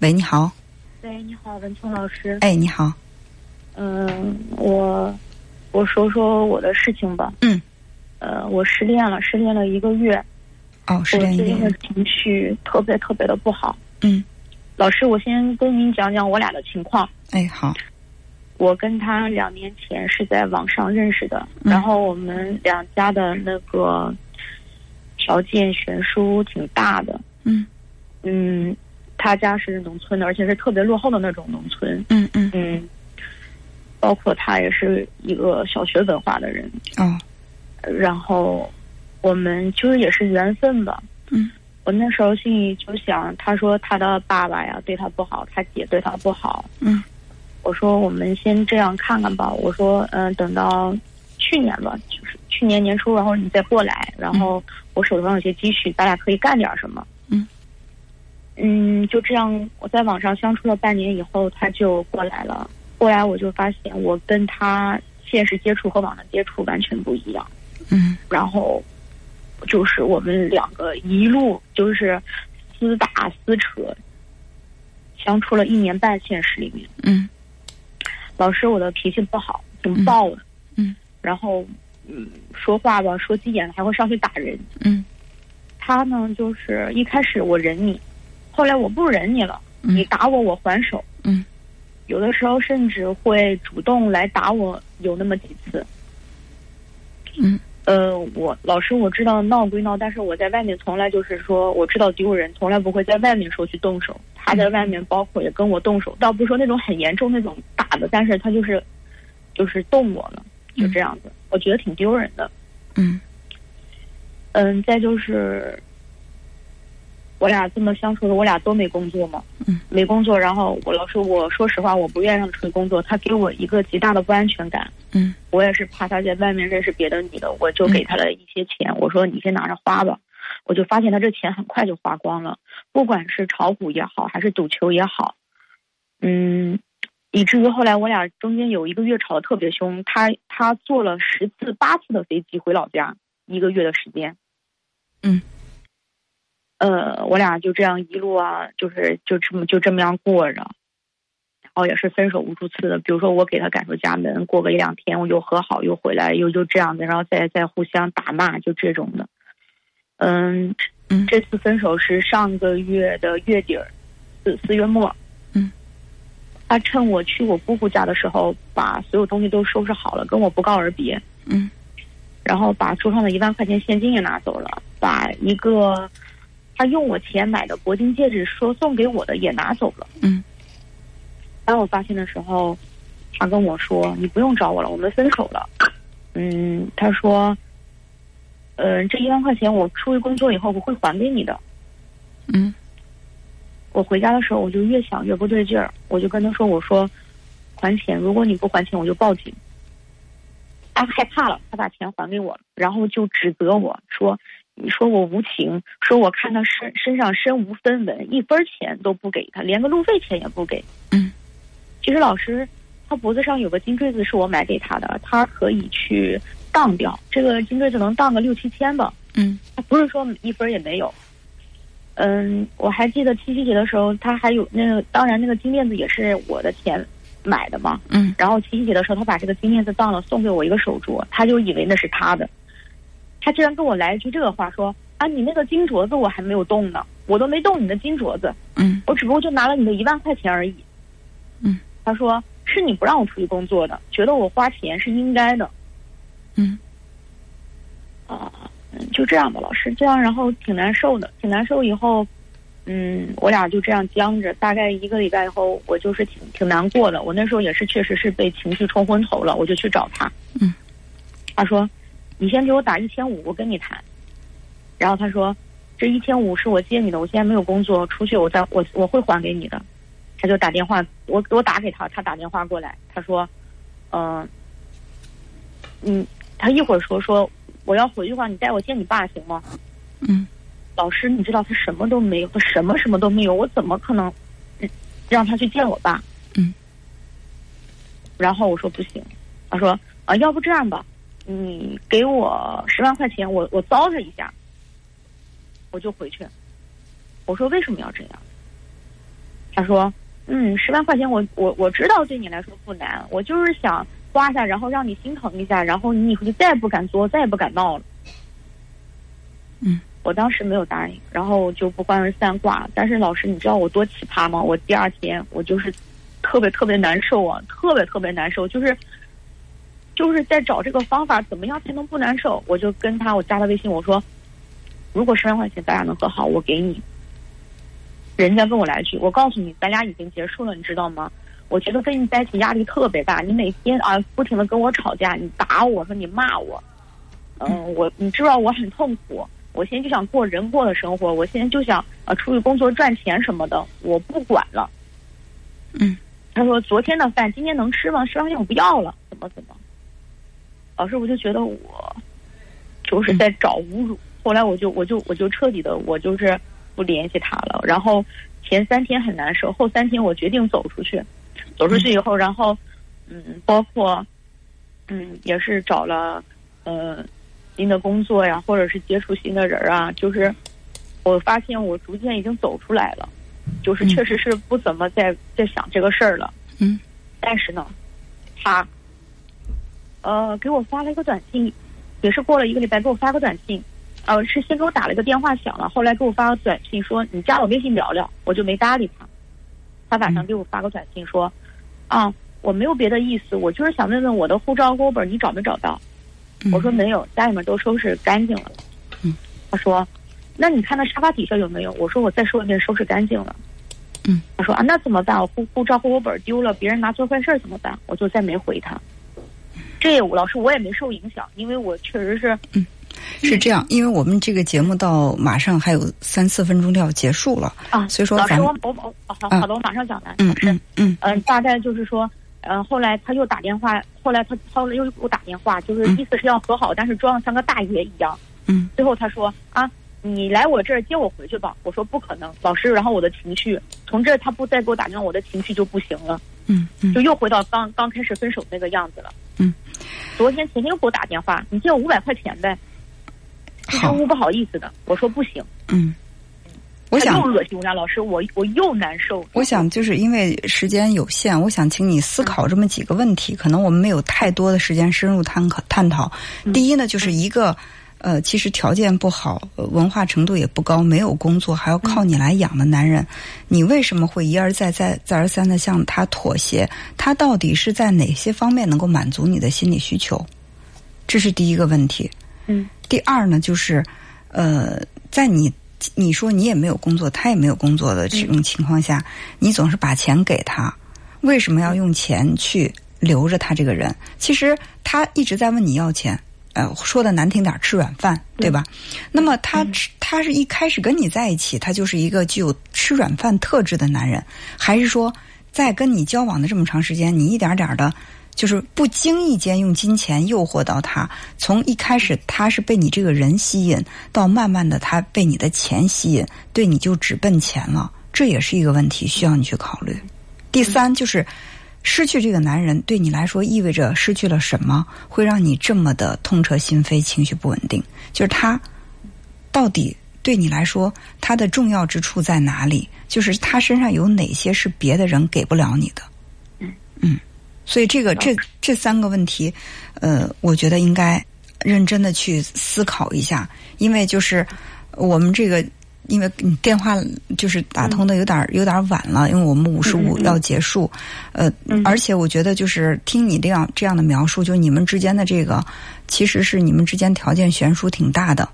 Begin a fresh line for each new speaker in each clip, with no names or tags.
喂，你好，
喂，你好，文聪老师。
哎，你好，
嗯，我我说说我的事情吧。
嗯。
呃，我失恋了，失恋了一个月，
哦，
我
失
最
恋一
近的
点，
情绪特别特别的不好。
嗯，
老师，我先跟您讲讲我俩的情况。
哎，好，
我跟他两年前是在网上认识的，
嗯
然后我们两家的那个条件悬殊挺大的。
嗯
嗯，他家是农村的，而且是特别落后的那种农村。
嗯嗯，
嗯，包括他也是一个小学文化的人，
哦，
然后我们就是也是缘分吧。
嗯
我那时候心里就想，他说他的爸爸呀对他不好，他姐对他不好。
嗯
我说我们先这样看看吧。我说嗯、等到去年吧，就是去年年初，然后你再过来，然后我手上有些积蓄，咱俩可以干点什么。
嗯
嗯，就这样，我在网上相处了半年以后，他就过来了。后来我就发现，我跟他现实接触和网上接触完全不一样。
嗯
然后就是我们两个一路就是厮打撕扯，相处了一年半，现实里面，
嗯
老师我的脾气不好，挺暴的，
嗯嗯
然后嗯说话吧，说急眼了还会上去打人。
嗯
他呢，就是一开始我忍你，后来我不忍你了，
嗯
你打我我还手，
嗯，
有的时候甚至会主动来打我，有那么几次。
嗯
呃，我老师我知道闹归闹，但是我在外面从来就是说我知道丢人，从来不会在外面说去动手。他在外面包括也跟我动手，倒不是说那种很严重那种打的，但是他就是就是动我了，就这样子，我觉得挺丢人的。
嗯
嗯，再就是我俩这么相处的，我俩都没工作嘛，
嗯，
没工作。然后我老师我说实话，我不愿意让他出去工作，他给我一个极大的不安全感。
嗯
我也是怕他在外面认识别的女的，我就给他了一些钱，我说你先拿着花吧。我就发现他这钱很快就花光了，不管是炒股也好，还是赌球也好，嗯，以至于后来我俩中间有一个月吵得特别凶，他他坐了十次八次的飞机回老家，一个月的时间。
嗯，
呃，我俩就这样一路啊，就是就这么就这么样过着。然后也是分手无数次的。比如说我给他赶出家门，过个一两天，我又和好，又回来，又就这样子，然后再再互相打骂，就这种的。嗯，
嗯
这次分手是上个月的月底儿，四四月末。
嗯，
他趁我去我姑姑家的时候，把所有东西都收拾好了，跟我不告而别。
嗯
然后把桌上的一万块钱现金也拿走了，把一个他用我钱买的铂金戒指说送给我的也拿走了。
嗯。
当我发现的时候，他跟我说：“你不用找我了，我们分手了。”嗯，他说：“呃，这一万块钱我出去工作以后我会还给你的。”
嗯
我回家的时候，我就越想越不对劲儿，我就跟他说：“我说，还钱，如果你不还钱，我就报警。”他害怕了，他把钱还给我了，然后就指责我说：“你说我无情，说我看他身身上身无分文，一分钱都不给他，连个路费钱也不给。”
嗯，
其实老师，他脖子上有个金坠子是我买给他的，他可以去当掉，这个金坠子能当个六七千吧。
嗯
他不是说一分儿也没有。嗯，我还记得七夕节的时候，他还有那个，当然那个金链子也是我的钱买的嘛。
嗯
然后七夕节的时候，他把这个金链子当了，送给我一个手镯，他就以为那是他的。他居然跟我来一句这个话，说：“啊，你那个金镯子我还没有动呢，我都没动你的金镯子，
嗯
我只不过就拿了你的一万块钱而已。”
嗯，
他说：“是你不让我出去工作的，觉得我花钱是应该的。”
嗯
啊，嗯就这样吧，老师，这样然后挺难受的，挺难受。以后，嗯，我俩就这样僵着，大概一个礼拜以后，我就是挺挺难过的。我那时候也是，确实是被情绪冲昏头了，我就去找他。
嗯，
他说：“你先给我打一千五，我跟你谈。”然后他说：“这一千五是我借你的，我现在没有工作，出去我再我我会还给你的。”他就打电话，我我打给他，他打电话过来，他说：“嗯、嗯，他一会儿说说我要回去的话，你带我见你爸行吗？
嗯
老师，你知道他什么都没有，他什么什么都没有，我怎么可能嗯让他去见我爸？
嗯。
然后我说不行，他说啊，要不这样吧，你给我十万块钱，我我糟蹋一下，我就回去。我说为什么要这样？他说，嗯，十万块钱我我我知道对你来说不难，我就是想花下，然后让你心疼一下，然后你以后就再也不敢作，再也不敢闹了。
嗯，
我当时没有答应，然后就不欢而散挂。但是老师，你知道我多奇葩吗？我第二天我就是特别特别难受啊，特别特别难受，就是就是在找这个方法，怎么样才能不难受？我就跟他，我加他微信，我说，如果十万块钱咱俩能和好，我给你。人家跟我来一句，我告诉你，咱俩已经结束了，你知道吗？我觉得跟你在一起压力特别大，你每天啊不停的跟我吵架，你打我说你骂我，嗯、我你知道我很痛苦，我现在就想过人过的生活，我现在就想呃出去工作赚钱什么的，我不管了。
嗯
他说昨天的饭今天能吃吗？吃完饭我不要了，怎么怎么？老师，我就觉得我就是在找侮辱。后来我就我就我就彻底的我就是不联系他了。然后前三天很难受，后三天我决定走出去。走出去以后，然后嗯，包括嗯也是找了呃新的工作呀，或者是接触新的人啊，就是我发现我逐渐已经走出来了，就是
嗯
确实是不怎么在在想这个事儿了。
嗯
但是呢，他呃给我发了一个短信，也是过了一个礼拜给我发个短信，呃是先给我打了一个电话响了，后来给我发个短信说你加我微信聊聊，我就没搭理他。他晚上
嗯
给我发个短信说，啊我没有别的意思，我就是想问问我的护照户口本你找没找到？
嗯，
我说没有，家里面都收拾干净了。
嗯，
他说，那你看那沙发底下有没有？我说我再说一遍，收拾干净了。
嗯，
他说啊，那怎么办？我护护照、户口本丢了，别人拿做坏事儿怎么办？我就再没回他。这我老师我也没受影响，因为我确实是
是这样，因为我们这个节目到马上还有三四分钟就要结束了，
啊，
所以说
老
咱
师
们
我我我好好的，我马上讲完。
嗯
老师
嗯嗯
嗯，大概就是说，嗯、后来他又打电话，后来他后来又给我打电话，就是
嗯
意思是要和好，但是装的像个大爷一样。
嗯，
最后他说啊，你来我这儿接我回去吧。我说不可能，老师。然后我的情绪从这儿他不再给我打电话，我的情绪就不行了，
嗯嗯
就又回到刚刚开始分手那个样子了。
嗯，
昨天前天又给我打电话，你借我五百块钱呗，支支
好
吾不好意思的，我说不行。
嗯，我
他
想
又恶哎心我呀，老师，我我又难受。
我想，就是因为时间有限，我想请你思
嗯
考这么几个问题。可能我们没有太多的时间深入探讨探讨。
嗯
第一呢，就是一个，呃，其实条件不好，呃文化程度也不高，没有工作，还要靠
嗯
你来养的男人，你为什么会一而再、再再而三的向他妥协？他到底是在哪些方面能够满足你的心理需求？这是第一个问题。
嗯
第二呢，就是呃，在你你说你也没有工作，他也没有工作的这种情况下，你总是把钱给他，为什么要用钱去留着他这个人？其实他一直在问你要钱。呃，说的难听点儿，吃软饭，对吧？那么他吃，他是一开始跟你在一起，他就是一个具有吃软饭特质的男人，还是说在跟你交往的这么长时间，你一点点的，就是不经意间用金钱诱惑到他，从一开始他是被你这个人吸引，到慢慢的他被你的钱吸引，对你就直奔钱了，这也是一个问题，需要你去考虑。第三就是。失去这个男人对你来说意味着失去了什么，会让你这么的痛彻心扉、情绪不稳定？就是他到底对你来说它的重要之处在哪里？就是他身上有哪些是别的人给不了你的？
嗯
嗯，所以这个这这三个问题，呃，我觉得应该认真的去思考一下，因为就是我们这个。因为你电话就是打通的有点、有点晚了，因为我们五十
嗯
五
嗯嗯
要结束，呃，
嗯
而且我觉得就是听你这样这样的描述，就你们之间的这个，其实是你们之间条件悬殊挺大的，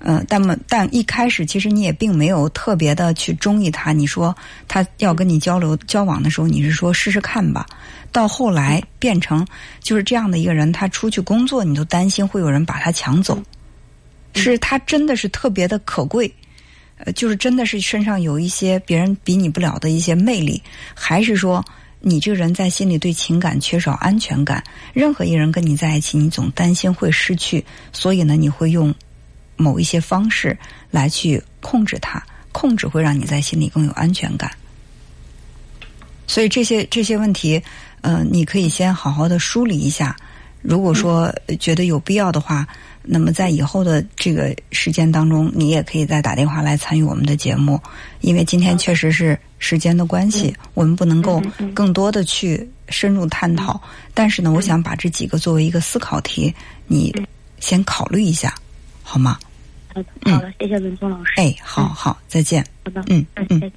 呃，但么但一开始其实你也并没有特别的去中意他，你说他要跟你交流交往的时候，你是说试试看吧，到后来变成就是这样的一个人，他出去工作，你都担心会有人把他抢走，是他真的是特别的可贵。呃，就是真的是身上有一些别人比拟不了的一些魅力，还是说你这个人在心里对情感缺少安全感？任何一人跟你在一起，你总担心会失去，所以呢，你会用某一些方式来去控制他，控制会让你在心里更有安全感。所以这些这些问题，
嗯
呃，你可以先好好的梳理一下。如果说呃觉得有必要的话，那么在以后的这个时间当中，你也可以再打电话来参与我们的节目，因为今天确实是时间的关系，我们不能够
嗯嗯嗯
更多的去深入探讨。但是呢，我想把这几个作为一个思考题，你
嗯
先考虑一下，好吗？
好的，好的，谢谢文聪老师。
哎，好好，再见。
好的，
嗯
嗯，
嗯
再见。